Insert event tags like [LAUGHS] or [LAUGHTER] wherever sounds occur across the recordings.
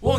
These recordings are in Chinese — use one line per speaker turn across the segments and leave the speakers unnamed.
我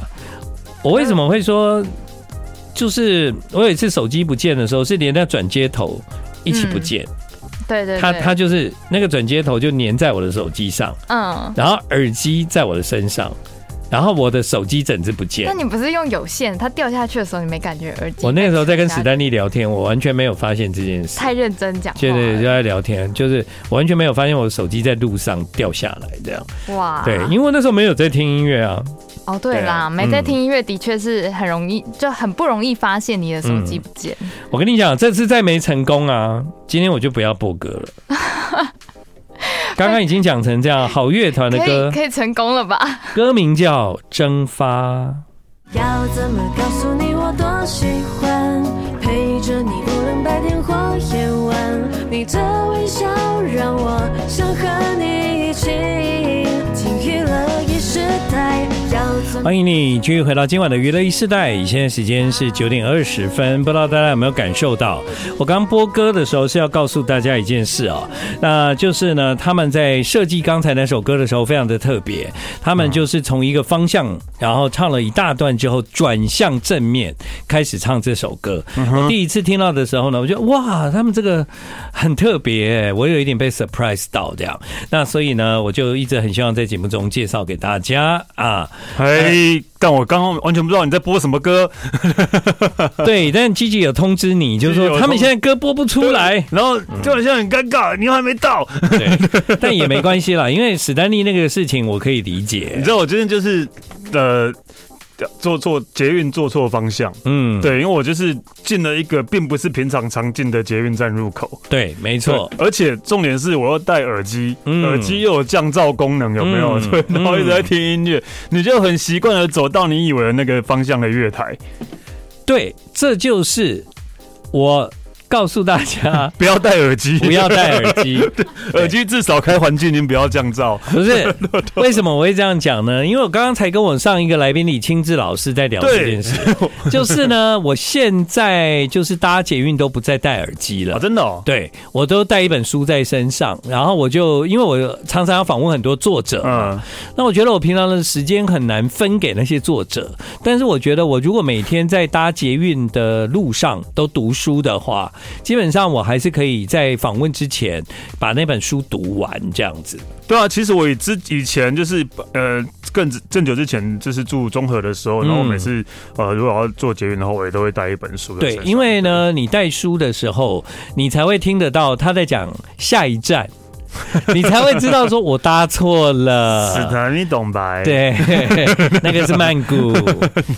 我为什么会说，
嗯
就是我有一次手机不见的时候，是连那转接头一起不见，
对对，
它
对
它就是那个转接头就粘在我的手机上，
嗯，
然后耳机在我的身上，然后我的手机整只不见
那。你不是用有线？它掉下去的时候你没感觉耳机？
我那个时候在跟史，丹利聊天，我完全没有发现这件事。
太认真讲话
对
了，
对，就在聊天，就是完全没有发现我的手机在路上掉下来这样。
哇，
对，因为我那时候没有在听音乐啊，
哦对
对啊
啦，没在
嗯
听音乐的确是很容易，就很不容易发现你的手
嗯
机不见。
我跟你讲，这次再没成功啊，今天我就不要播歌了。
[LAUGHS]
刚刚已经讲成这样，好乐团的
可以
歌，
可以成功了吧？
歌名叫《蒸发》。
要怎么告诉你我多喜欢？陪着你，不论白天或夜晚，你的微笑让我想和你一起听娱乐一时代。要怎么
欢迎你继续回到今晚的娱乐一世代，现在时间是九点二十分，不知道大家有没有感受到？我刚播歌的时候是要告诉大家一件事哦，那就是呢，他们在设计刚才那首歌的时候非常的特别，他们就是从一个方向，然后唱了一大段之后转向正面开始唱这首歌。我第一次听到的时候呢，我觉得哇，他们这个很特别，我有一点被 surprise 到这样。那所以呢，我就一直很希望在节目中介绍给大家啊。
哎，但我刚刚完全不知道你在播什么歌， [LAUGHS]
对，但 Gigi 有通知你，就是
Gigi 有
说
通
他们现在歌播不出来，
然后就好像很尴尬，你还没到。
嗯对， [LAUGHS] 但也没关系啦，因为史丹利那个事情我可以理
你 [LAUGHS]
解，
知道我今天就是呃，坐坐捷运坐错方向，
嗯，
对，因为我就是进了一个并不是平常常进的捷运站入口，
对，没错，
对而且重点是我要戴耳机，
嗯
耳机又有降噪功能，有没有？
嗯
[LAUGHS] 对，然后一直在
嗯
听音乐，你就很习惯的走到你以为的那个方向的月台，
对，这就是我告诉大
[LAUGHS]
家
不要戴耳机，
不要戴耳机，
[LAUGHS] 耳机至少开环境音，不要降噪。
不是？为什么我会这样讲呢？因为我刚刚才跟我上一个来宾李清志老师在聊这件事，就是呢，我现在就是搭捷运都不再戴耳机了
啊，，真的哦，
对我都带一本书在身上，然后我就因为我常常要访问很多作者，嗯
嗯，
那我觉得我平常的时间很难分给那些作者，但是我觉得我如果每天在搭捷运的路上都读书的话，基本上我还是可以在访问之前把那本书读完这样子。
对啊，其实我以之以前就是呃更更久之前就是住中和的时候，然后
嗯
每次、呃如果要做捷运的话，我也都会带一本书在
对
身，上。
因为呢，你带书的时候，你才会听得到他在讲下一站，你才会知道说我搭错 [LAUGHS] 了。
史坦你懂白，，
呃
[LAUGHS]
对，那个是曼谷。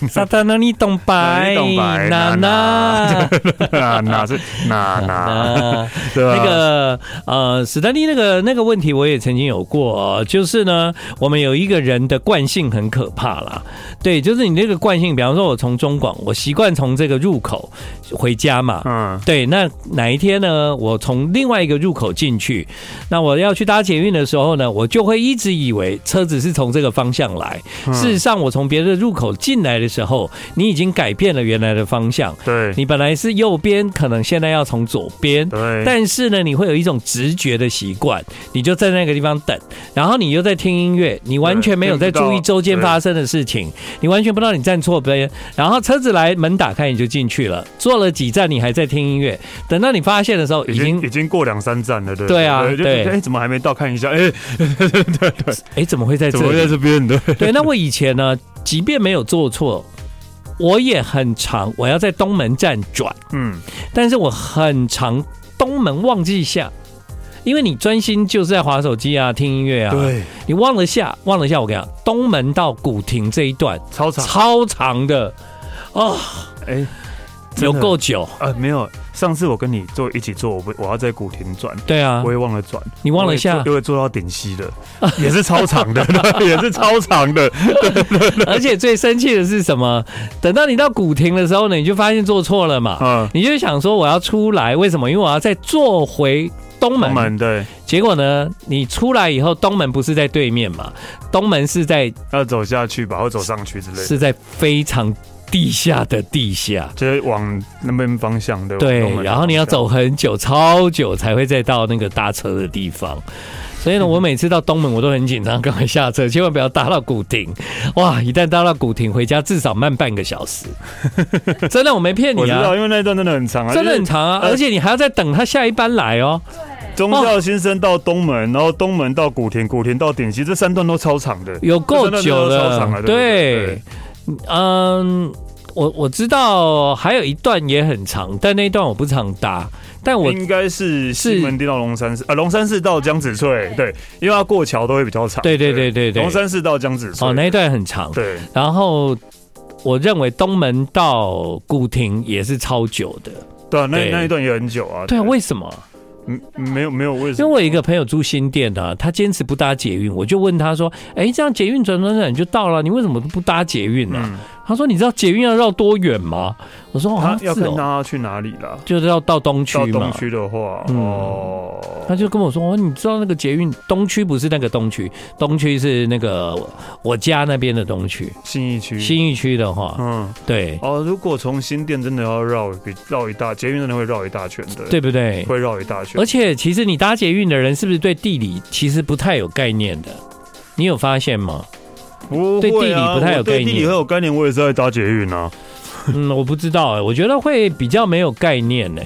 沙达那你懂白，
你懂白
娜娜
娜那那啊是那那
啊，
对吧、
[LAUGHS] 那个呃，史丹利那个那个问题我也曾经有过，就是呢，我们有一个人的惯性很可怕啦。对，就是你那个惯性，比方说我从中广，我习惯从这个入口回家嘛，
嗯，
对，那哪一天呢？我从另外一个入口进去，那我要去搭捷运的时候呢，我就会一直以为车子是从这个方向来。事实上，我从别的入口进来的时候，你已经改变了原来的方向。
对
你本来是右边，可能现在要从左边。
对，
但是呢，你会有一种直觉的习惯，你就在那个地方等，然后你又在听音乐，你完全没有在注意周间发生的事情，你完全不知道你站错边，然后车子来门打开你就进去了，坐了几站你还在听音乐，等到你发现的时候已
已经
经
已经过两三站了，对不
对啊
就
对
哎、怎么还没到？看一下，哎、
哎怎么会在这
怎么会在
里？
这边？对，
对，那我以前呢，即便没有做错，我也很长，我要在东门站转，
嗯，
但是我很长东门忘记下。因为你专心就是在划手机啊，听音乐啊，
嗯对，
你忘了下，忘了下，我跟你讲，东门到古亭这一段
操场，
超长的哦，
哎、
有
真的
够久。
啊，没有，上次我跟你坐一起坐，我不我要在古亭转。
对啊
我，也忘了转，
你忘了
我
下
也坐，就会坐到顶溪的，也是超长的， [LAUGHS] 也是超长的，
而且最生气的是什么？等到你到古亭的时候呢，你就发现做错了嘛，
嗯，
你就想说我要出来，为什么？因为我要再坐回东
东
门。
门对，
结果呢，你出来以后，东门不是在对面嘛，东门是在
要走下去吧，或走上去之类的，
是在非常地下的地下。
就是往那边方向的，往东
对，
门的
然后你要
方向
走，很久，超久才会再到那个搭车的地方。所以
嗯
呢，我每次到东门我都很紧张，赶快下车，千万不要搭到古
[LAUGHS]
亭。哇，一旦搭到古亭，回家至少慢半个小
[LAUGHS]
时。真的，我没骗
我
你
知道，
啊，
因为那一段真的很长啊，
真的
就是
很长啊，
呃
而且你还要再等他下一班来哦。
忠孝新生到东门，然后东门到古田，古田到顶溪，这三段都超长的。
有够久
这真的都超
了，
长了对
对，嗯，我我知道还有一段也很长，但那一段我不常搭，但我
应该是西门町到龙山寺，啊，龙山寺到江子翠，对，因为要过桥都会比较长。
对对对对对
龙山寺到江子翠，
哦那一段很长，
对，
然后我认为东门到古亭也是超久的，
对啊，那
对
那一段也很久啊。
对啊，为什么？
嗯没有没有为什
因为
么？
我有一个朋友住新店啊，他坚持不搭捷运，我就问他说：“哎、这样捷运转转转你就到了，你为什么不搭捷运呢、啊
嗯，
他说：“你知道捷运要绕多远吗？”我说：“
他
哦，
要
是
看
哦，
他去哪里啦。
就是要到东区
到东
嘛。”
区的话，
嗯
哦，
他就跟我说：“哦，你知道那个捷运东区不是那个东区，东区是那个我家那边的东区，
信义区，
新义区的话，
嗯，
对
哦，如果从新店真的要绕比绕一大，捷运真的会绕一大圈的，，
对不对？
会绕一大圈
而。且其实你搭捷运的人是不是对地理其实不太有概念的？你有发现
[LAUGHS]
吗？
不
对地
会
理
啊，
不太有
我对
概
地理
念
很有概念，我也是在搭捷运啊。
嗯，我不知道哎、我觉得会比较没有概念呢、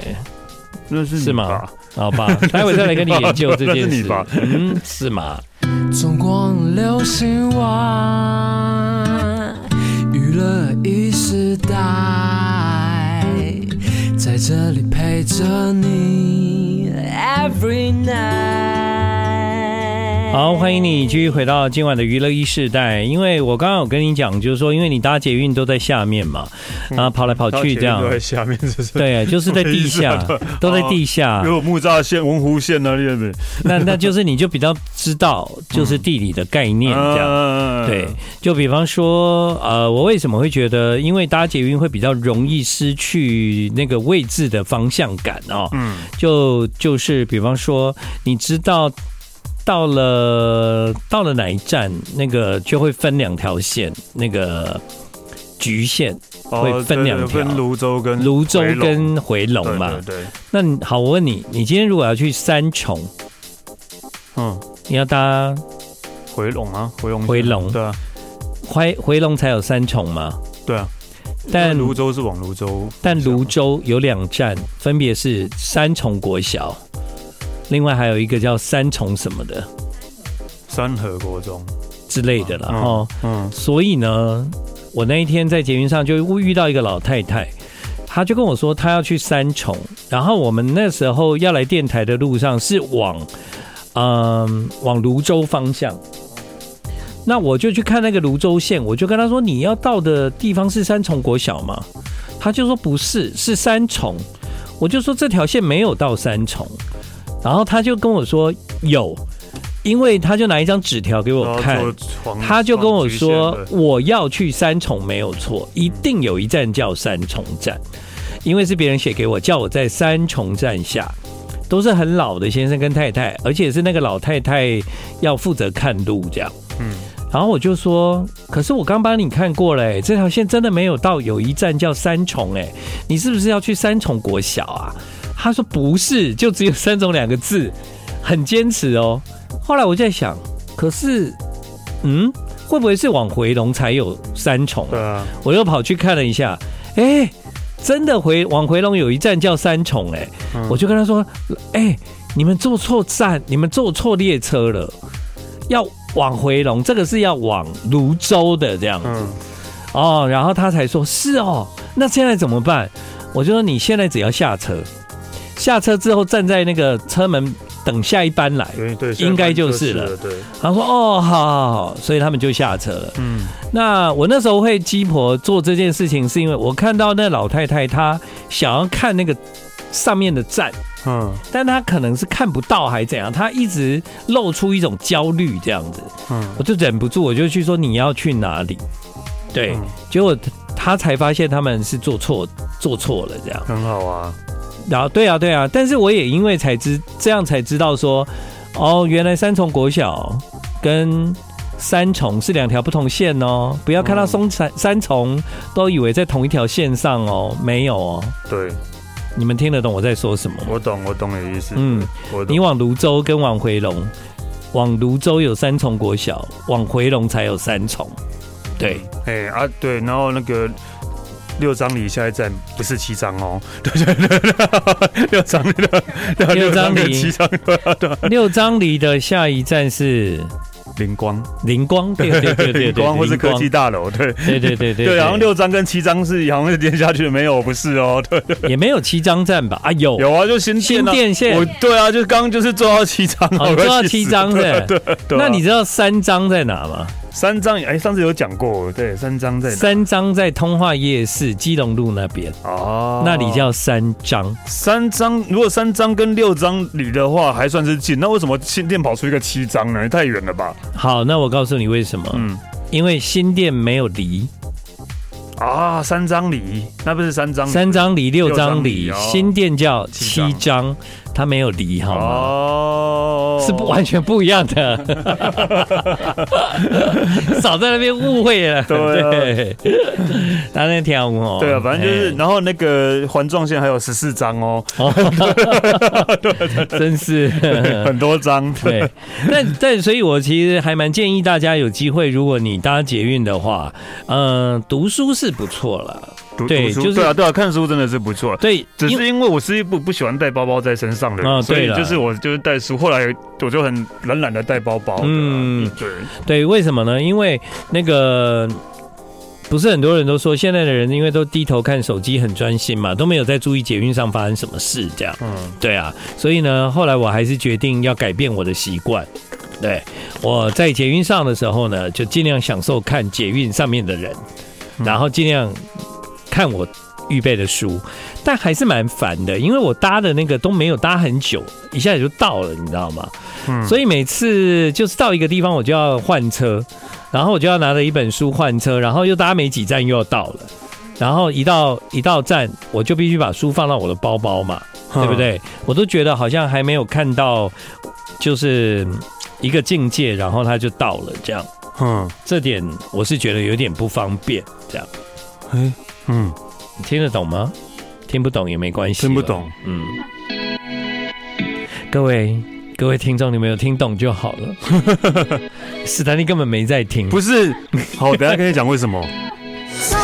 那是你
是吗
吧？
好吧，待会再来跟你研究这件
[LAUGHS] 那是
事
你吧。
嗯，是吗？
中广流行网，娱乐一时代，在这里陪着你 every night。
好，欢迎你继续回到今晚的娱乐一世代。因为我刚刚有跟你讲，就是说，因为你搭捷运都在下面嘛，啊，跑来跑
嗯搭
去
捷
这样
运都，在下面，就是
对，就是在地
[LAUGHS]
下
什么意思啊，
都在地下
因为。我木栅线、文湖线那里面，
[LAUGHS] 那那就是你就比较知道，就是地理的概念这样。
嗯
对，就比方说，呃，我为什么会觉得，因为搭捷运会比较容易失去那个位置的方向感哦，
嗯，
就就是比方说，你知道到了到了哪一站，那个就会分两条线，那个局线，
哦
会分两
对对对
条
分泸州跟
泸州
回龙
跟回龙
对
嘛。
对对，
那你好，我问你，你今天如果要去三重，
嗯，
你要搭
回龙啊，回龙线
回龙
对啊，
回回龙才有三重吗？
对啊，
但
泸州是往泸州，
但泸州有两站，分别是三重国小，另外还有一个叫三重什么的
三河国中，
之类的啦。
嗯
哦，
嗯，
所以呢，我那一天在捷运上就遇到一个老太太，她就跟我说她要去三重，然后我们那时候要来电台的路上是往，嗯、往泸州方向。那我就去看那个泸州线，我就跟她说你要到的地方是三重国小吗？她就说不是，是三重。我就说这条线没有到三重，然后她就跟我说有，因为她就拿一张纸条给我看，
然后坐黄，
他就跟我说
黄橘线：“的
我要去三重没有错，一定有一站叫三重站，因为是别人写给我，叫我在三重站下。”都是很老的先生跟太太，而且是那个老太太要负责看路这样。
嗯
然后我就说：“可是我刚帮你看过嘞、这条线真的没有到有一站叫三重哎、你是不是要去三重国小啊？”他说：“不是，就只有三重两个字，很坚持哦。”后来我在想，可是，嗯，会不会是往回龙才有三重啊
对？啊，
我又跑去看了一下，哎、真的回往回龙有一站叫三重、哎、
嗯
我就跟他说，哎、你们坐错站，你们坐错列车了，要往回龙，这个是要往泸州的这样子、
嗯，
哦。然后他才说，是哦，那现在怎么办？我就说你现在只要下车，下车之后站在那个车门等下一班来。
对对，
应该就是了
了，对，
他说哦，好好好，所以他们就下车了。
嗯，
那我那时候会鸡婆做这件事情，是因为我看到那老太太她想要看那个上面的站，
嗯
但她可能是看不到还怎样，她一直露出一种焦虑这样子，
嗯，
我就忍不住我就去说你要去哪里？对，
嗯
结果她才发现他们是做错做错了这样。
很好啊，
然后对啊对啊，但是我也因为才知这样才知道说，哦，原来三重国小跟三重是两条不同线哦，不要看到
嗯
松山、三重都以为在同一条线上哦，没有哦，
对
你们听得懂我在说什么吗？
我懂我懂你的意思，
嗯，
我懂
你往泸州跟往回龙，往泸州有三重国小，往回龙才有三重，对，
哎、啊，对，然后那个六张里下一站不是七张哦， [LAUGHS] 对对对对，六张里的对
六张里
跟七张的
[LAUGHS] 六张犁的下一站是
[LAUGHS] 灵光，
灵光，对对对对对，
灵光或是
[LAUGHS] 灵
科技大楼，对
[LAUGHS] 对对对对
对，好像六张跟七张是好像是连下去的，没有不是哦，对，
也没有七张站吧？啊，有
有啊，就新
新
店啊
店线
我对啊，就是刚刚就是做到七张，
哦
我
做
快
到
气死
七张
对啊
是
对啊，对啊
那你知道三张在哪吗？
三张哎，上次有讲过，对，三张在哪？
三张在通化夜市基隆路那边，
哦
那里叫三张。
三张，如果三张跟六张里的话，还算是近。那为什么新店跑出一个七张呢？太远了吧？
好，那我告诉你为什么，
嗯，
因为新店没有梨，
啊，三张里，那不是三张里
三张梨嗯六张梨，
六张梨哦
新店叫
七张
七张，它没有梨，好吗？
哦，
[LAUGHS] 是不完全不一样的， [LAUGHS] 少在那边误会了。
对啊
[LAUGHS] 对，当然跳舞哦。
对啊，反正就是，然后那个环状线还有十四张
[LAUGHS]
哦，
哎 [LAUGHS] 真是
很多张。
对，但但所以，我其实还蛮建议大家有机会，如果你搭捷运的话，嗯、读书是不错了。
读
对
读书
就是
对啊，对啊，看书真的是不错。
对，
只
因为
是因为我是一不不喜欢带包包在身上的人，
啊
所
对
以
了
就是我就是带书，后来我就很懒懒的带包包的啊。
嗯
嗯，对，
对，为什么呢？因为那个。不是很多人都说，现在的人因为都低头看手机，很专心嘛，都没有在注意捷运上发生什么事这样。
嗯，
对啊，所以呢，后来我还是决定要改变我的习惯。对，我在捷运上的时候呢，就尽量享受看捷运上面的人，
嗯
然后尽量看我预备的书，但还是蛮烦的，因为我搭的那个都没有搭很久，一下子就到了，你知道吗？
嗯
所以每次就是到一个地方，我就要换车，然后我就要拿着一本书换车，然后又搭没几站又要到了，然后一到一到站，我就必须把书放到我的包包嘛。
嗯
对不？对？我都觉得好像还没有看到，就是嗯一个境界，然后他就到了这样。
嗯
这点我是觉得有点不方便，这样
嗯，
你听得懂吗？听不懂也没关系，
听不。懂。
嗯，各位各位听众，你们有听懂就好了。 [LAUGHS] 史丹利根本没在听，
不是，好，等一下跟你讲为什么。
从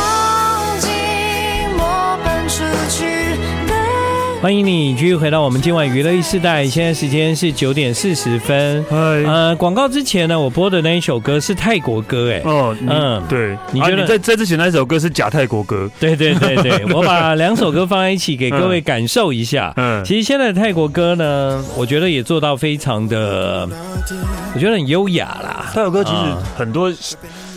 寂寞搬出去的
欢迎你继续回到我们今晚娱乐一世代，现在时间是九点四十分。
哎，
呃，广告之前呢，我播的那一首歌是泰国歌，哎，
哦，
嗯
嗯，对，
你
啊
觉得
在在之前那一首歌是假泰国歌，
对对对对，
[LAUGHS]
我把两首歌放在一起给各位感受一下。
嗯，
其实现在的泰国歌呢，我觉得也做到非常的，我觉得很优雅啦。
泰国歌其实
啊
很多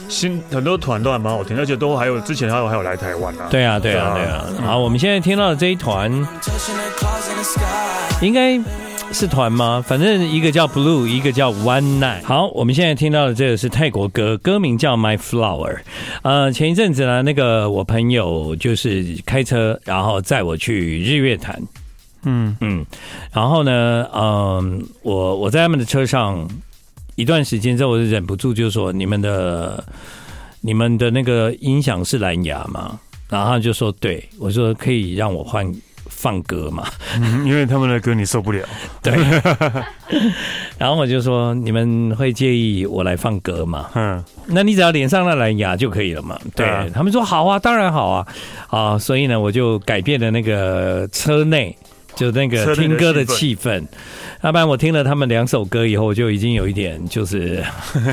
新很多团都还蛮好听，而且都还有之前还有还有来台湾啊。嗯
对啊，对啊，对啊。好，我们现在听到的这一团应该是团吗？反正一个叫 Blue，一个叫 One Night。好，我们现在听到的这个是泰国歌，歌名叫 My Flower。呃，前一阵子呢，那个我朋友就是开车，然后载我去日月潭。
嗯，
嗯，然后呢，嗯，我我在他们的车上一段时间之后，我就忍不住就说：“你们的你们的那个音响是蓝牙吗？”然后他就说：“对。”我说：“可以让我换放歌吗
嗯，因为他们的歌你受不了。？”
对。 [LAUGHS] 然后我就说：“你们会介意我来放歌吗？” [LAUGHS]
嗯，
那你只要连上了蓝牙就可以了嘛？对、
对啊
他们说好啊，当然好啊，啊，所以呢，我就改变了那个车内就那个
车内的
听歌的气
气
氛，要不然我听了他们两首歌以后，我就已经有一点就是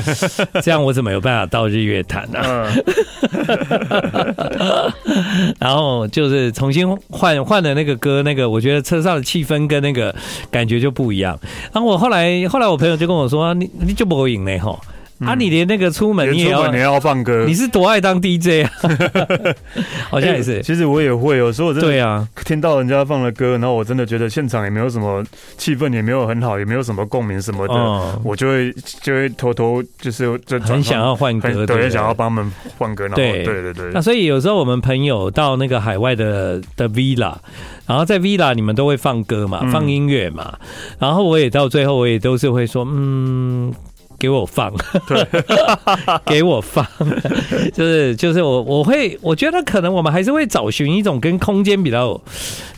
[LAUGHS] 这样，我怎么有办法到日月潭呢、啊？
嗯，
然后就是重新换换的那个歌，那个我觉得车上的气氛跟那个感觉就不一样。然后我后来后来我朋友就跟我说，啊你你就不赢嘞吼。啊，你连那个出门你也
嗯连出
要
门也要放歌
你。是多爱当 DJ
[LAUGHS]
啊？好像也是
哎，其实我也会，有时候我真的
对啊，
听到人家放的歌，然后我真的觉得现场也没有什么气氛，也没有很好，也没有什么共鸣什么的，
嗯，
我就会就会偷偷就是就转
很想要换歌，
很
对不
对，
对，
很想要帮他们换歌，然后
对
对对对
那，所以有时候我们朋友到那个海外的的 villa，然后在 villa 你们都会放歌嘛，
嗯
放音乐嘛，然后我也到最后我也都是会说，嗯，给我放， [LAUGHS] 给我放，就是就是我我会我觉得可能我们还是会找寻一种跟空间比较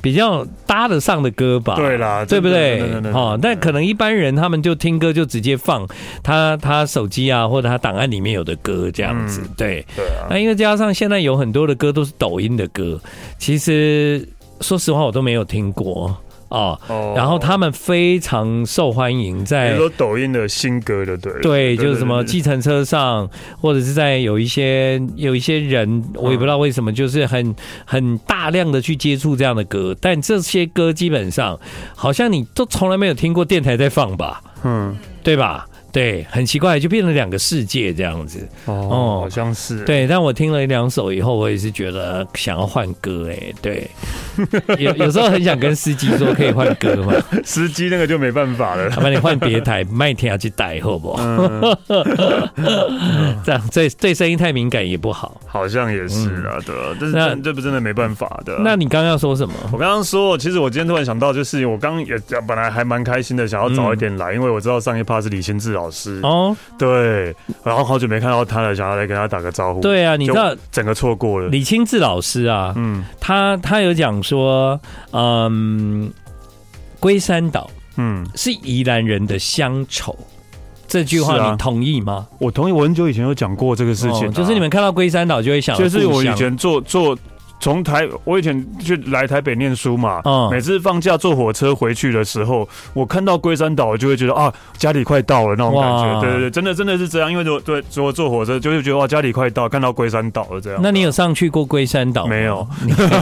比较搭得上的歌吧，
对啦
啊对不对
真的真的真？的
哦，但可能一般人他们就听歌就直接放他他手机啊或者他档案里面有的歌这样子，对。
对啊，
那因为加上现在有很多的歌都是抖音的歌，其实说实话我都没有听过哦。
哦
然后他们非常受欢迎，
比
在
如说抖音的新歌的，对了
对，就是什么
对对
计程车上，或者是在有一些有一些人，我也不知道为什么，就是很很大量的去接触这样的歌，但这些歌基本上好像你都从来没有听过电台在放吧，
嗯，
对吧？对，很奇怪，就变成两个世界这样子。
哦，好像是，
对，但我听了两首以后，我也是觉得想要换歌、哎，对， [LAUGHS] 有有时候很想跟司机说可以换歌嘛，
[LAUGHS]
[LAUGHS]
司机那个就没办法了
他。 [LAUGHS] 把你换别台，麦田去带好不好？
嗯，
[LAUGHS] 这样对对声音太敏感也不好。好
好像也是啊，对啊，但是
嗯那
这这不真的没办法的。啊
那你刚刚要说什么？
我刚刚说，其实我今天突然想到，就是我刚刚也呃本来还蛮开心的，想要早一点来，因为我知道上一趴是李先志老师，
哦，
对，然后好久没看到他了，想要来跟他打个招呼。
对啊，你知道
就整个错过了。
李清志老师啊，
嗯
他他有讲说，嗯，龟山岛
嗯，
是宜兰人的乡愁，这句
是
话
啊
你同意吗？
我同意，我很久以前有讲过这个事情啊、
哦就是你们看到龟山岛就会想到故
就
乡，
是我以前坐坐从台，我以前去来台北念书嘛，
嗯
每次放假坐火车回去的时候，我看到龟山岛，我就会觉得啊，家里快到了那种感
哇
觉。对对对，真的真的是这样，因为我对我坐火车就会觉得哇，家里快到，看到龟山岛了这样。
那你有上去过龟山岛吗
没有？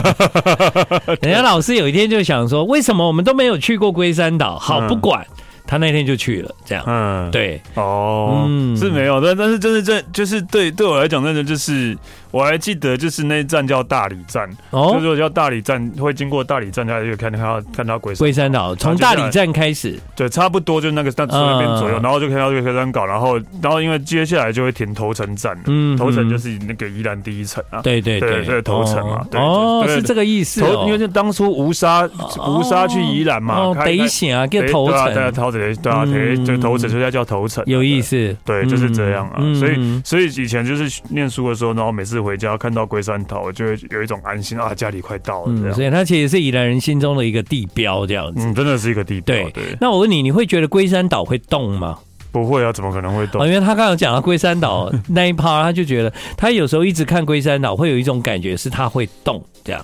[LAUGHS]
[LAUGHS]
人家老师有一天就想说，为什么我们都没有去过龟山岛？好，
嗯
不管，他那天就去了，这样。
嗯，
对，
哦，
嗯
是没有，但但是真的真就是对对我来讲，真的就是我还记得，就是那一站叫大理站，
哦
就是我叫大理站，会经过大理站，大家就看到看到鬼山
龟山岛从大理站开始，
对，差不多就那个那车那边左右，
嗯
然后就看到这个车站搞，然后然后因为接下来就会停头城站了，
嗯
头城
嗯
就是那个宜兰第一城啊，
对对
对对头城嘛对
哦，
对
是这个意思
头
哦，
因为是当初吴沙吴沙去宜兰嘛，
哦，
开
北险啊，叫
对
头
对啊对啊，
城，
头城对啊，
嗯
对头城所以它叫头城啊，
有意
对
思，
对，就是这样啊。
嗯
所以
嗯，
所以以前就是念书的时候，然后每次回家看到龟山岛，我就会有一种安心啊，家里快到了这
嗯，所
样。
以它其实是宜兰人心中的一个地标，这样子。
嗯，真的是一个地标。
对
对，，
[LAUGHS] 那我问你，你会觉得龟山岛会动吗？
不会啊，怎么可能会
哦，
动？
因为他刚刚有讲到龟山
[LAUGHS]
岛那一趴，他就觉得他有时候一直看龟山岛，会有一种感觉是它会动这样。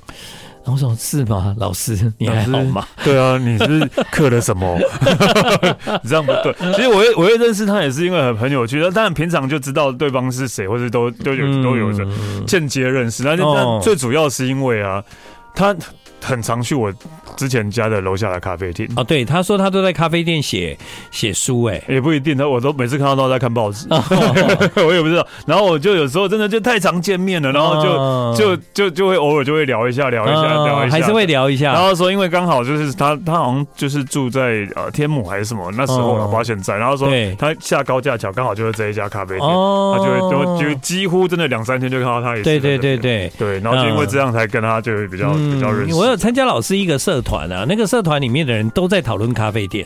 然后我说是吗？老师，你还好吗？
[LAUGHS] 对啊，你是刻了
[LAUGHS]
什么？你这样不对。其实我会我会认识他，也是因为很很有趣。但当然平常就知道对方是谁，或是都都有都有着间接认识。但是
嗯哦
但最主要是因为啊，他很常去我之前家的楼下的咖啡厅。
哦，对，他说他都在咖啡店写写书、哎、
也不一定，他我都每次看到都在看
[LAUGHS]
报纸， [LAUGHS] 我也不知道。然后我就有时候真的就太常见面了，然后就、
哦
就就就会偶尔就会聊一下，聊一下，聊一下，
啊还是会。聊一
然
下。
后说，因为刚好就是他，他好像就是住在呃天母还是什么，那时候
哦
我爸现在，然后说
对
他下高架桥刚好就是这一家咖啡店，
哦
他就会就就几乎真的两三天就看到他一次。
对对对对。嗯
对，然后就因为这样才跟他就会比较、比较认识。
我有参加老师一个社团啊，那个社团里面的人都在讨论咖啡店。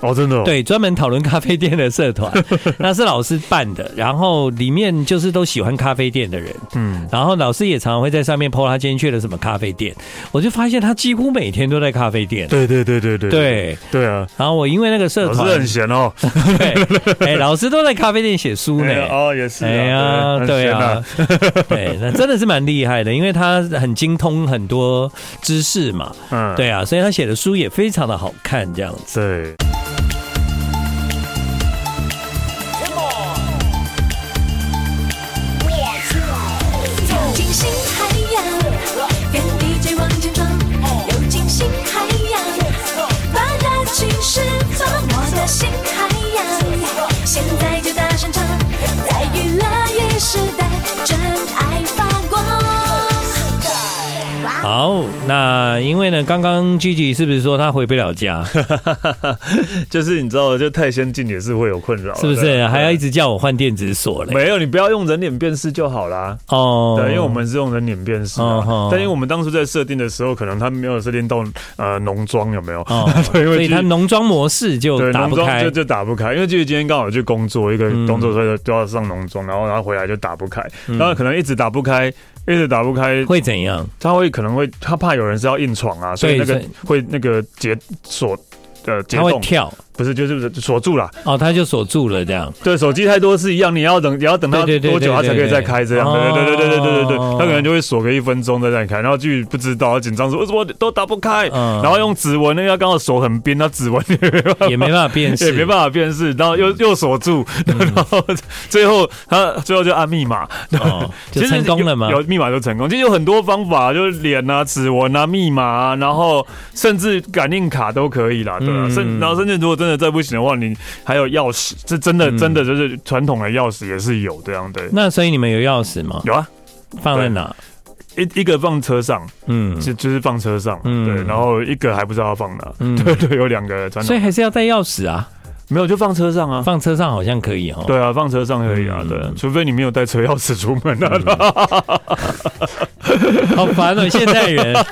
哦，真的、哦、
对，专门讨论咖啡店的社
[LAUGHS]
团，那是老师办的，然后里面就是都喜欢咖啡店的人，
嗯，
然后老师也常常会在上面 PO 他今天去了什么咖啡店，我就发现他几乎每天都在咖啡店。
对对对对对
对，
对啊，
然后我因为那个社
老师
团，
很闲哦。
对，哎，老师都在咖啡店写书呢
哎。 [LAUGHS] 哦，也是啊，
哎呀，对啊，， [LAUGHS] 对，那真的是蛮厉害的，因为他很精通很多知识嘛，
很闲啊嗯，
对啊，所以他写的书也非常的好看，这样子。
对。
金星海洋，跟 DJ 往前闯，游进新海洋，把热情释放，我的新海洋，现在就大声唱，在娱乐一时代，真爱发光。哇
好，那因为呢，刚刚 Gigi 是不是说他回不了
[LAUGHS]
家，
[LAUGHS] 就是你知道，就太先进也是会有困扰，
是不
对啊
是还要一直叫我换电子锁嘞？
没有，你不要用人脸辨识就好啦。
哦，
对，因为我们是用人脸辨识啊
哦哦
但因为我们当初在设定的时候，可能他没有设定到呃浓妆有没有？
哦，
[LAUGHS] 对，因
所以
为
他浓妆模式就
对
打
浓
不
妆
开
就，就打不开，因为就是今天刚好去工作，一个
嗯
工作所以就要上浓妆，然后然后回来就打不开，然后可能一直打不开，一直打不开，
会怎样？
他会可能会他怕有人是要硬闯啊，所
对
以那个
所
会那个解锁呃解
他会
冻，
跳
不是就是锁住了。
哦，他就锁住了这
[LAUGHS]
样。
对，手机太多是一样，你要等，你要等到
对对对
多久它才可以再开这样？
对对对
对对对对对对对对
哦
对，他可能就会锁个一分钟再再开，然后继续不知道，紧张说为什么都打不开，
嗯
然后用指纹，那个刚好手很冰，那指纹也没办法
也没办法辨识，嗯
[LAUGHS] 也没办法辨识，然后又又锁住， [LAUGHS] 然后最后他最后就按密码，
哦，
[LAUGHS]
就
其实
成功了吗？
有有密码就成功，其实有很多方法，就是脸啊、指纹啊、密码啊，然后甚至感应卡都可以啦，对啊
嗯，
甚、然后甚至如果真的再不行的话，你还有钥匙，这真的、
嗯
真的就是传统的钥匙也是有这样的。
那所以你们有钥匙吗？
有啊，
放在哪？
一一个放车上，
嗯，
就就是放车上，
嗯
对，然后一个还不知道要放哪，
嗯
[LAUGHS] 对对，有两个传
所以
统，
还是要带钥匙啊，
没有就放车上啊。
放车上好像可以哦。
对啊，放车上可以啊，
嗯
对啊，除非你没有带车钥匙出门啊，
好烦哦，现代人。
[LAUGHS]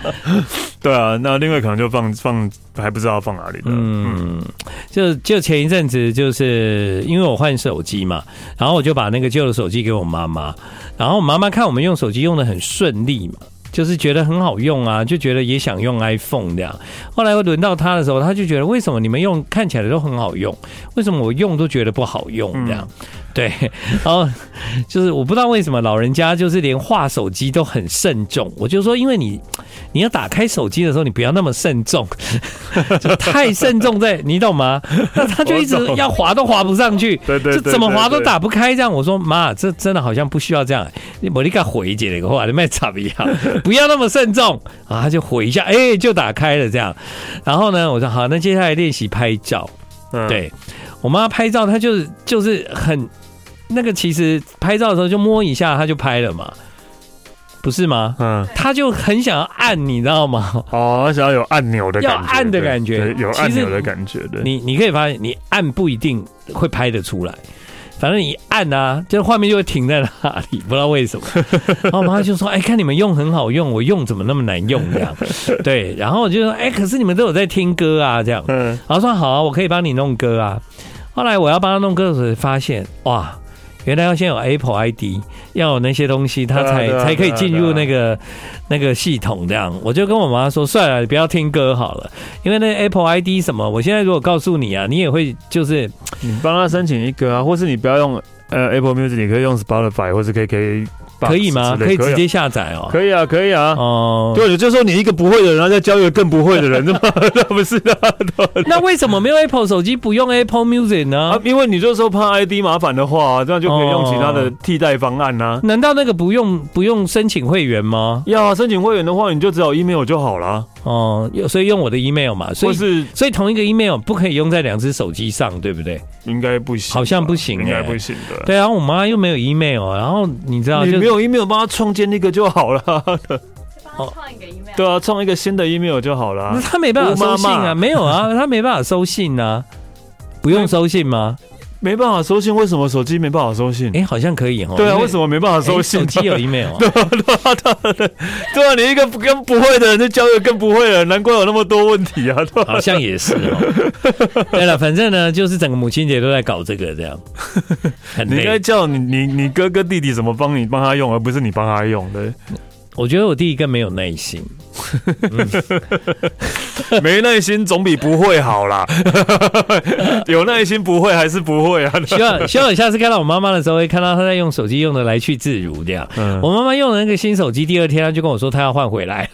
[LAUGHS]
对啊，那另外可能就放放还不知道放哪里的，嗯
嗯，就就前一阵子，就是因为我换手机嘛，然后我就把那个旧的手机给我妈妈，然后我妈妈看我们用手机用的很顺利嘛。就是觉得很好用啊，就觉得也想用 iPhone 这样。后来轮到她的时候，她就觉得为什么你们用看起来都很好用，为什么我用都觉得不好用
嗯
这样？对，然后就是我不知道为什么老人家就是连画手机都很慎重。我就说，因为你你要打开手机的时候，你不要那么慎重， [LAUGHS] 就太慎重在，你懂吗？那他就一直
我懂
要滑都滑不上去，
对对对
这怎么滑
对
都
对
打不开。这样我说妈，这真的好像不需要这样。你我立刻回一解那个话，你卖差不一样， [LAUGHS] 不要那么慎重啊，他就回一下，哎、就打开了这样。然后呢，我说好，那接下来练习拍照。
嗯，
对我妈拍照，她就是就是很那个，其实拍照的时候就摸一下，她就拍了嘛，不是吗？
嗯。
她就很想要按，你知道吗？
哦，想要有按钮的感觉，
要按的感觉
对对有
其
按
实
钮的感觉，对，
你你可以发现，你按不一定会拍得出来。反正你按啊，这画面就会停在那里，不知道为什么。然后我妈就说：“哎，看你们用很好用，我用怎么那么难用这样？”对，然后我就说：“哎，可是你们都有在听歌啊，这样。”
嗯，
然后说好啊，我可以帮你弄歌啊。后来我要帮他弄歌的时候，发现哇，原来要先有 Apple ID，要有那些东西，他
对啊
才、
对啊
才可以进入
对
那
啊对啊
个、那个系统。这样，我就跟我妈说，算了，你不要听歌好了，因为那 Apple ID 什么，我现在如果告诉你啊，你也会就是
你帮他申请一个啊，或是你不要用呃 Apple Music，你可以用 Spotify 或是 KK，Box
可以吗？
之
可
类
以直接下载哦。
可以啊，可以啊。
哦，
对，我就说你一个不会的人，然后再教一个更不会的人，那么 [LAUGHS] 那不是的
那为什么没有 Apple 手机不用 Apple Music 呢？
啊？因为你就说怕 ID 麻烦的话、这样就可以用其他的替代方案呐、啊。
难道那个不用不用申请会员吗？
要啊申请会员的话，你就只有 email 就好了，
哦，所以用我的 email 嘛，所
或
以
是
所以同一个 email 不可以用在两只手机上，对不对？
应该不行吧，啊
好像不行
应该
欸
不行的。
对啊，我妈又没有 email，然后你知道
你
就
没有 email 帮他创建那个就好了，
哦
帮他创一个 email，
对啊，创一个新的 email 就好了啊
那。她没办法收信
吴妈
啊，
妈
没有
[LAUGHS]
啊，她没办法收信啊，不用收信吗？
没办法收信，为什么手机没办法收信？
哎、好像可以哦。
对啊，
因
为什么没办法收
哎
信？
手机
[LAUGHS]
有 email 啊？
对啊，你一个不跟不会的人就教一个更不会的人，难怪有那么多问题啊！对吧
好像也是哦。
[LAUGHS]
对了，反正呢，就是整个母亲节都在搞这个，这样很
你应该
累。
叫你你你哥哥弟弟怎么帮你帮他用，而不是你帮他用的。 [LAUGHS]
我觉得我弟更没有耐心。
没耐心总比不会好啦。 [LAUGHS] 有耐心不会还是不会啊？
希
[LAUGHS]
望希望我下次看到我妈妈的时候，会看到她在用手机用的来去自如这样。
嗯
我妈妈用了那个新手机，第二天她就跟我说她要换回来。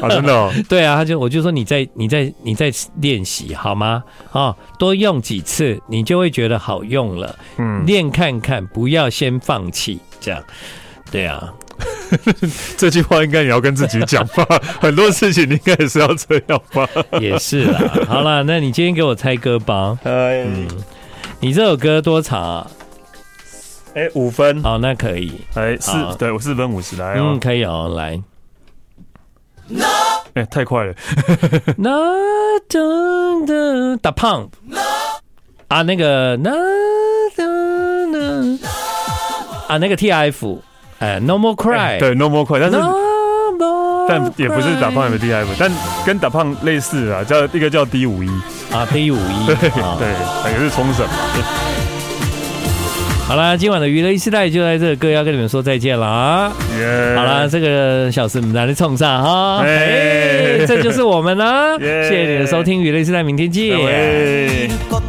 啊，真的、哦，
对啊，她就我就说你再你再你再练习好吗？哦，多用几次，你就会觉得好用了。
嗯，
练看看，不要先放弃，这样。对啊，
[LAUGHS] 这句话应该也要跟自己讲吧。很多事情你应该也是要这样吧。
也是
[LAUGHS]
啦。好啦，那你今天给我猜歌吧。
哎、
你这首歌多长啊？
哎，五分，
好，那可以，
哎，四
好嗯
对，四分五十来哦。
嗯，可以哦，来。 [LAUGHS]
哎、太快了，
那噔噔打胖啊，那个那噔噔啊，那个 T F 哎，No more cry，
哎 [LAUGHS] 对，No more 快，但是
No more，
但也不是打胖也
cry
不是 D F，但跟打胖类似啊，叫一个叫 D 五一，
啊，P 五一
[LAUGHS] 对哎
啊
对，也是冲绳嘛。
好啦，今晚的娱乐一时代就在这个歌要跟你们说再见了啊！
耶
好啦，，这个小时我们拿来冲上哈，哎
哎，
这就是我们啦，
[LAUGHS] 耶
谢谢你的收听，娱乐一时代，明天见。
喂。
君のこと